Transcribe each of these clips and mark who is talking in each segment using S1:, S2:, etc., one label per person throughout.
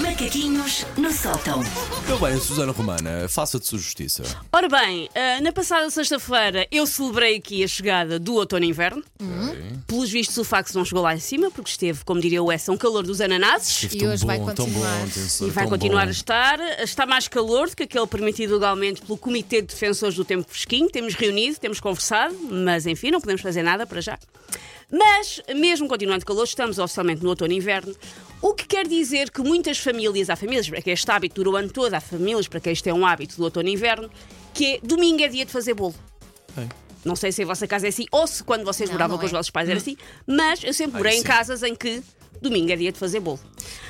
S1: Macaquinhos no sótão.
S2: Então bem, Susana Romana, faça-te sua justiça.
S3: Ora bem, ah, na passada sexta-feira eu celebrei aqui a chegada do outono e inverno. Pelos vistos, o fax não chegou lá em cima, porque esteve, como diria o Essa, um calor dos ananases.
S2: Teve
S4: E
S2: tão
S4: hoje vai
S2: bom, tão bom,
S4: continuar.
S2: atenção,
S3: E vai
S2: é tão
S3: continuar
S2: bom.
S3: a estar. Está mais calor do que aquele permitido legalmente pelo Comitê de Defensores do Tempo Fresquinho. Temos reunido, temos conversado, mas enfim, não podemos fazer nada para já. Mas, mesmo continuando calor, estamos oficialmente no outono e inverno, o que quer dizer que muitas famílias, há famílias para quem este hábito dura o ano todo, há famílias para quem isto é um hábito do outono e inverno, que é domingo é dia de fazer bolo. Não sei se a vossa casa é assim ou se quando vocês
S4: Não,
S3: moravam
S4: não
S3: com os
S4: é.
S3: vossos pais era assim, mas eu sempre
S2: Ai,
S3: morei em
S2: sim.
S3: casas em que domingo é dia de fazer bolo.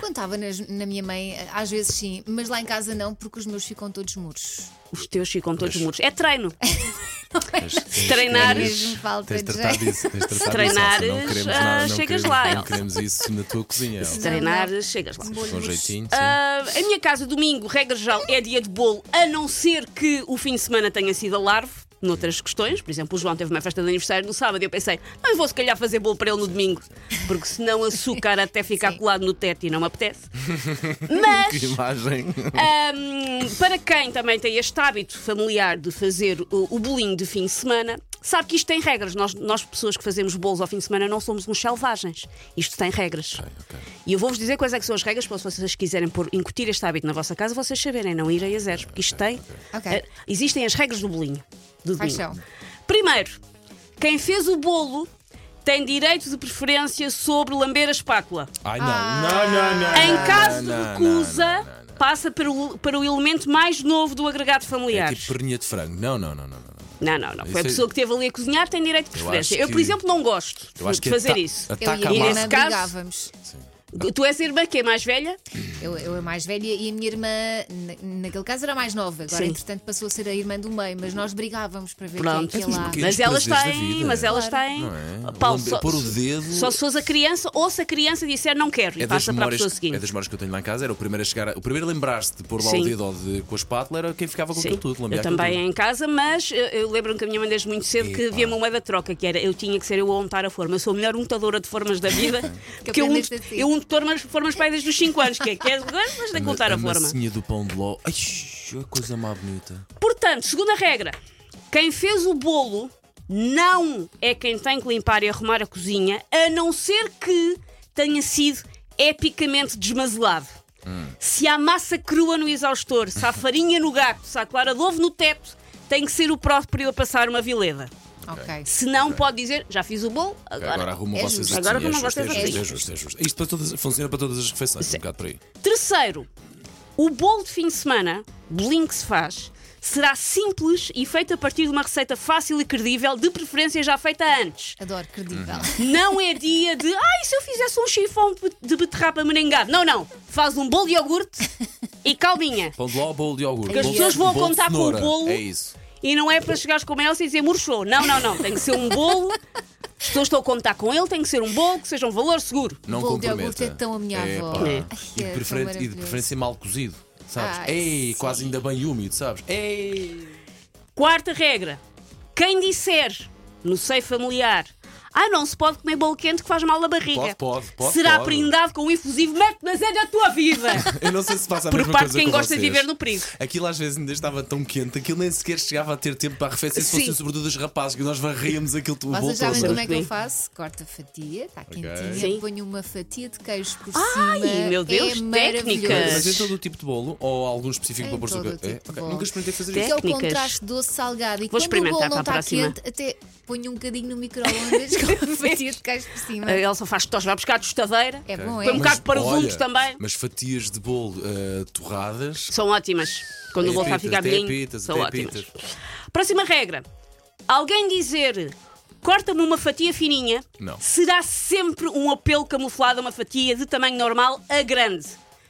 S4: Quando estava nas- na minha mãe, às vezes sim, mas lá em casa não, porque os meus ficam todos muros.
S3: Os teus ficam todos muros. É treino.
S2: Tens- tens-
S3: treinar-
S2: tens-
S4: Falta
S2: Tens de
S4: de
S2: tratar
S4: jeito.
S2: disso, tens de tratar
S3: Se treinares,
S2: disso. Elsa, Não queremos
S3: ah,
S2: nada, não
S3: chegas
S2: queremos,
S3: lá,
S2: Não
S3: Elsa.
S2: queremos isso na tua cozinha. Elsa.
S3: Se treinares, chegas lá.
S2: Com jeitinho, sim.
S3: Ah, a minha casa, domingo, regra geral, é dia de bolo, a não ser que o fim de semana tenha sido a larve, noutras questões. Por exemplo, o João teve uma festa de aniversário no sábado e eu pensei, não vou se calhar fazer bolo para ele no domingo, porque senão açúcar até ficar
S4: Sim.
S3: colado no teto e não me apetece. Mas.
S2: Que imagem.
S3: Ahm, para quem também tem este hábito familiar de fazer o, o bolinho de fim de semana, sabe que isto tem regras. Nós, nós, pessoas que fazemos bolos ao fim de semana, não somos uns selvagens. Isto tem regras. E eu vou-vos dizer quais é que são as regras, para se vocês quiserem pôr, incutir este hábito na vossa casa, vocês saberem, não irem a zeros, porque isto tem.
S4: Ok.
S3: eh, existem as regras do bolinho. Do
S4: Quais
S3: domingo.
S4: são?
S3: Primeiro, quem fez o bolo tem direito de preferência sobre lamber a espátula.
S2: Ai, não. não, não, não.
S3: Ah. Em
S2: não,
S3: caso de
S2: não, não,
S3: recusa,
S2: não, não, não.
S3: passa para o, para o elemento mais novo do agregado
S2: É
S3: familiar.
S2: tipo perninha de frango. Não, não, não, não. não, não.
S3: Não, não, não.
S2: Isso
S3: Foi
S2: é-
S3: a pessoa que esteve ali a cozinhar tem direito de
S2: Eu
S3: preferência.
S2: acho
S3: Eu,
S2: que-
S3: por exemplo, não gosto
S2: Eu acho
S3: de
S2: que
S3: fazer
S2: ata-
S3: isso.
S4: Eu e
S2: Ataca
S4: a
S2: a
S4: minha
S3: massa.
S4: irmã
S3: Nesse caso-
S4: brigávamos.
S3: Tu és a irmã que é mais velha?
S4: Eu, eu a mais velha e a minha irmã, na- naquele caso, era a mais nova. Agora,
S3: Sim.
S4: entretanto, passou a ser a irmã do meio, mas nós brigávamos para ver
S3: Pronto.
S4: quem é que ia lá.
S2: Mas
S3: Mas elas
S2: prazeres da
S3: têm.
S2: vida.
S3: Mas elas têm.
S2: Não é?
S3: Paulo,
S2: Lamber-
S3: só-
S2: pôr o dedo-
S3: Só se fores a criança ou se a criança disser não quero e
S2: É das,
S3: passa para a
S2: memórias,
S3: pessoa
S2: é das
S3: seguinte.
S2: memórias que eu tenho lá em casa. Era o primeiro a chegar. a- o primeiro a lembrar-se de pôr lá o
S3: Sim.
S2: dedo ou de, com a espátula era quem ficava com
S3: Sim.
S2: aquilo tudo. lambia
S3: eu
S2: aquilo
S3: também
S2: tudo.
S3: em casa, mas eu, eu lembro-me que a minha mãe desde muito cedo que
S2: Epá.
S3: havia uma moeda de troca, que era eu tinha que ser eu a untar a forma. Eu sou a melhor untadora de formas da vida, porque eu unto,
S4: aprendeste assim.
S3: eu unto formas, formas para aí desde os 5 anos, que é que é, mas tem que untar a forma.
S2: massinha do pão de ló. Ai, a coisa má bonita.
S3: Portanto, segunda regra: quem fez o bolo não é quem tem que limpar e arrumar a cozinha, a não ser que tenha sido epicamente desmazelado. Se há massa crua no exaustor, se há farinha no gato, se há clara de ovo no teto, tem que ser o próprio a passar uma vileda.
S4: Ok.
S3: Se não, pode dizer: já fiz o bolo, agora.
S2: Agora arrumam
S4: é
S2: vocês
S4: justo.
S2: a
S3: Agora
S2: cozinha,
S3: arrumam
S2: é justo, é
S3: vocês a
S2: justo, é
S3: cozinha.
S2: justo, é justo. Isto para todas- funciona para todas as refeições,
S4: é-
S2: um bocado por aí.
S3: Terceiro, o bolo de fim de semana, bolinho que se faz, será simples e feito a partir de uma receita fácil e credível, de preferência já feita antes.
S4: Adoro, credível.
S3: Não é dia de, ai, se eu fizesse um chifão de beterraba merengado. Não, não. Faz um bolo de iogurte e calminha.
S2: Pão de ló, bolo de iogurte.
S3: Porque as
S2: bolo-
S3: pessoas vão
S2: bolo de
S3: contar com o
S2: cenoura.
S3: bolo.
S2: É isso.
S3: E não é para chegares com a Elsa e dizer murchou. Não, não, não. Tem que ser um bolo. As pessoas estão a contar com ele, tem que ser um bolo que seja um valor seguro.
S2: Não
S4: Bolo de
S2: comprometa.
S4: iogurte é tão a minha avó.
S2: pá. E,
S3: É.
S4: Ai, é
S2: de
S4: tão
S2: preferen- e de
S4: maravilhoso.
S2: preferência mal cozido, sabes?
S4: Ai,
S2: Ei,
S4: sim.
S2: quase ainda bem úmido, sabes? É, Ei!
S3: Quarta regra: quem disser no seio familiar, ah, não se pode comer bolo quente que faz mal à barriga,
S2: Pode, pode, pode,
S3: será
S2: pode.
S3: brindado com um infusivo, mete mas é da tua vida.
S2: Eu não sei se passa a
S3: Por
S2: mesma
S3: parte
S2: coisa
S3: de quem
S2: com
S3: gosta de
S2: vocês.
S3: viver no perigo.
S2: Aquilo às vezes ainda estava tão quente, aquilo nem sequer chegava a ter tempo para arrefecer, se
S3: Sim.
S2: fossem sobretudo os rapazes, que nós varríamos aquilo tudo
S4: Vocês sabem
S3: todo.
S4: como é que eu
S3: Sim.
S4: faço? Corto a fatia, está quentinha,
S3: Sim.
S4: ponho uma fatia de queijo por
S3: Ai,
S4: cima.
S3: meu Deus,
S4: é maravilhoso.
S3: técnicas.
S2: Mas em todo o tipo de bolo ou algum específico
S4: é. Em
S2: para pôr
S4: todo
S2: açúcar?
S4: o tipo
S2: É?
S4: de
S2: Ok.
S4: bolo.
S2: Nunca experimentei fazer
S3: Até-
S4: Porque é
S2: isso.
S4: o
S3: Técnicas.
S4: contraste doce-salgado. E
S3: Vou
S4: quando o bolo
S3: experimentar
S4: não
S3: para a
S4: está
S3: próxima.
S4: quente, até ponho um bocadinho no micro-ondas com uma fatia de queijo por cima.
S3: A Elsa faz tosta, vai buscar a tostadeira.
S4: É bom, é?
S3: Põe um bocado para os
S2: olha,
S3: untos também.
S2: Mas fatias de bolo eh, torradas.
S3: São ótimas. Quando o bolo está a
S2: Até
S3: ficar
S2: pitas,
S3: bem,
S2: até pitas,
S3: são
S2: até
S3: ótimas.
S2: pitas.
S3: Próxima regra: alguém dizer corta-me uma fatia fininha
S2: Não.
S3: será sempre um apelo camuflado a uma fatia de tamanho normal a grande.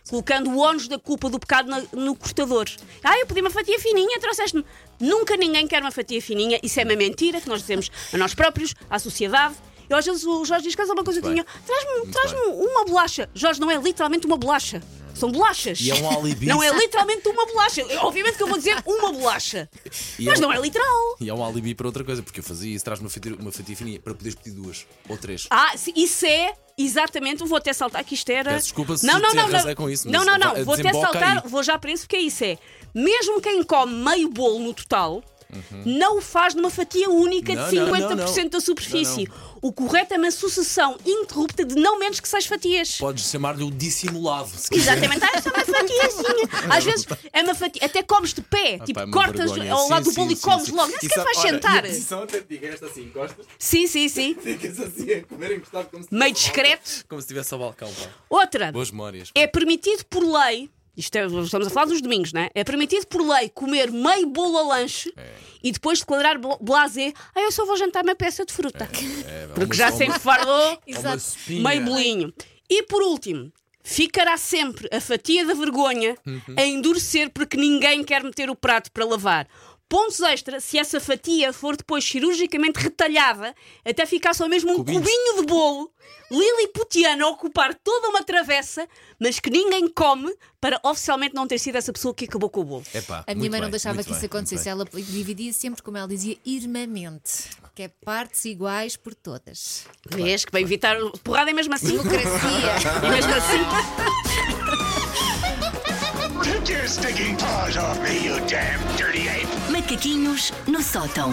S3: Colocando o ónus da culpa do pecado na- no cortador. Ah, eu pedi uma fatia fininha, trouxeste-me. Nunca ninguém quer uma fatia fininha, isso é uma mentira que nós dizemos a nós próprios, à sociedade. Eu às vezes o Jorge diz que é uma coisa que
S2: bem.
S3: tinha. Traz-me
S2: Muito
S3: traz-me uma bolacha. Jorge, não é literalmente uma bolacha. São bolachas.
S2: E é um alibis.
S3: Não é literalmente uma bolacha. Obviamente que eu vou dizer uma bolacha.
S2: E
S3: mas
S2: é um-
S3: não é literal.
S2: E é um alibi para outra coisa, porque eu fazia isso, traz-me uma fatia, uma fatia fininha para poderes pedir duas ou três.
S3: Ah, se- isso é. Exatamente, vou até saltar que isto era.
S2: Peço desculpa se
S3: não, não,
S2: te
S3: não,
S2: arrasei
S3: não.
S2: com isso,
S3: Não,
S2: mas
S3: não,
S2: vá-
S3: não. Vou até
S2: desemboca
S3: saltar,
S2: aí.
S3: vou já para isso, porque é isso é. Mesmo quem come meio bolo no total, não o faz numa fatia única
S2: Uhum. Não,
S3: de
S2: não,
S3: 50%
S2: não, não.
S3: da superfície. O correto é uma sucessão interrupta de não menos que seis fatias.
S2: Podes chamar-lhe o dissimulado. Se quiser.
S3: Exatamente, ah, é só uma fatiazinha. Às vezes é uma fatia, até comes de pé,
S2: Ah,
S3: tipo,
S2: pá, tá. é uma
S3: cortas
S2: vergonha.
S3: ao
S2: Sim,
S3: lado do
S2: sim,
S3: bolo e
S2: sim,
S3: comes
S2: sim.
S3: logo, nem sequer
S2: Isso- é-
S3: vais
S2: olha, e
S3: sentar.
S2: a posição até te diga esta assim, gostas?
S3: Sim, sim, sim.
S2: Ficas assim a comer encostado como se
S3: Meio
S2: tivesse ao
S3: discreto.
S2: balcão. Como se estivesse ao balcão, pá.
S3: Outra,
S2: Boas memórias.
S3: é permitido por lei, isto é- estamos a falar dos domingos, não é? É permitido por lei comer meio bolo ao lanche
S2: É.
S3: e depois declarar bl- blasé, ah, eu só vou jantar uma peça de fruta.
S2: É,
S3: Porque já sempre farlou.
S2: Uma
S4: Exato.
S2: sopinha.
S3: meio bolinho. E por último, ficará sempre a fatia da vergonha a endurecer porque ninguém quer meter o prato para lavar. Pontos extra se essa fatia for depois cirurgicamente retalhada até ficar só mesmo um
S2: Cubinhos.
S3: cubinho de bolo liliputiano a ocupar toda uma travessa, mas que ninguém come para oficialmente não ter sido essa pessoa que acabou com o bolo.
S2: Epá,
S4: A minha
S2: muito
S4: mãe não
S2: bem,
S4: deixava
S2: muito
S4: que isso
S2: bem, muito
S4: acontecesse.
S2: bem.
S4: Ela dividia sempre, como ela dizia, irmamente. Que é partes iguais por todas.
S3: Vês que vai evitar. Porrada é mesmo assim.
S4: Democracia.
S3: E mesmo assim.
S5: Take your stinking paws off me, you damn dirty ape!
S1: Macaquinhos no sótão.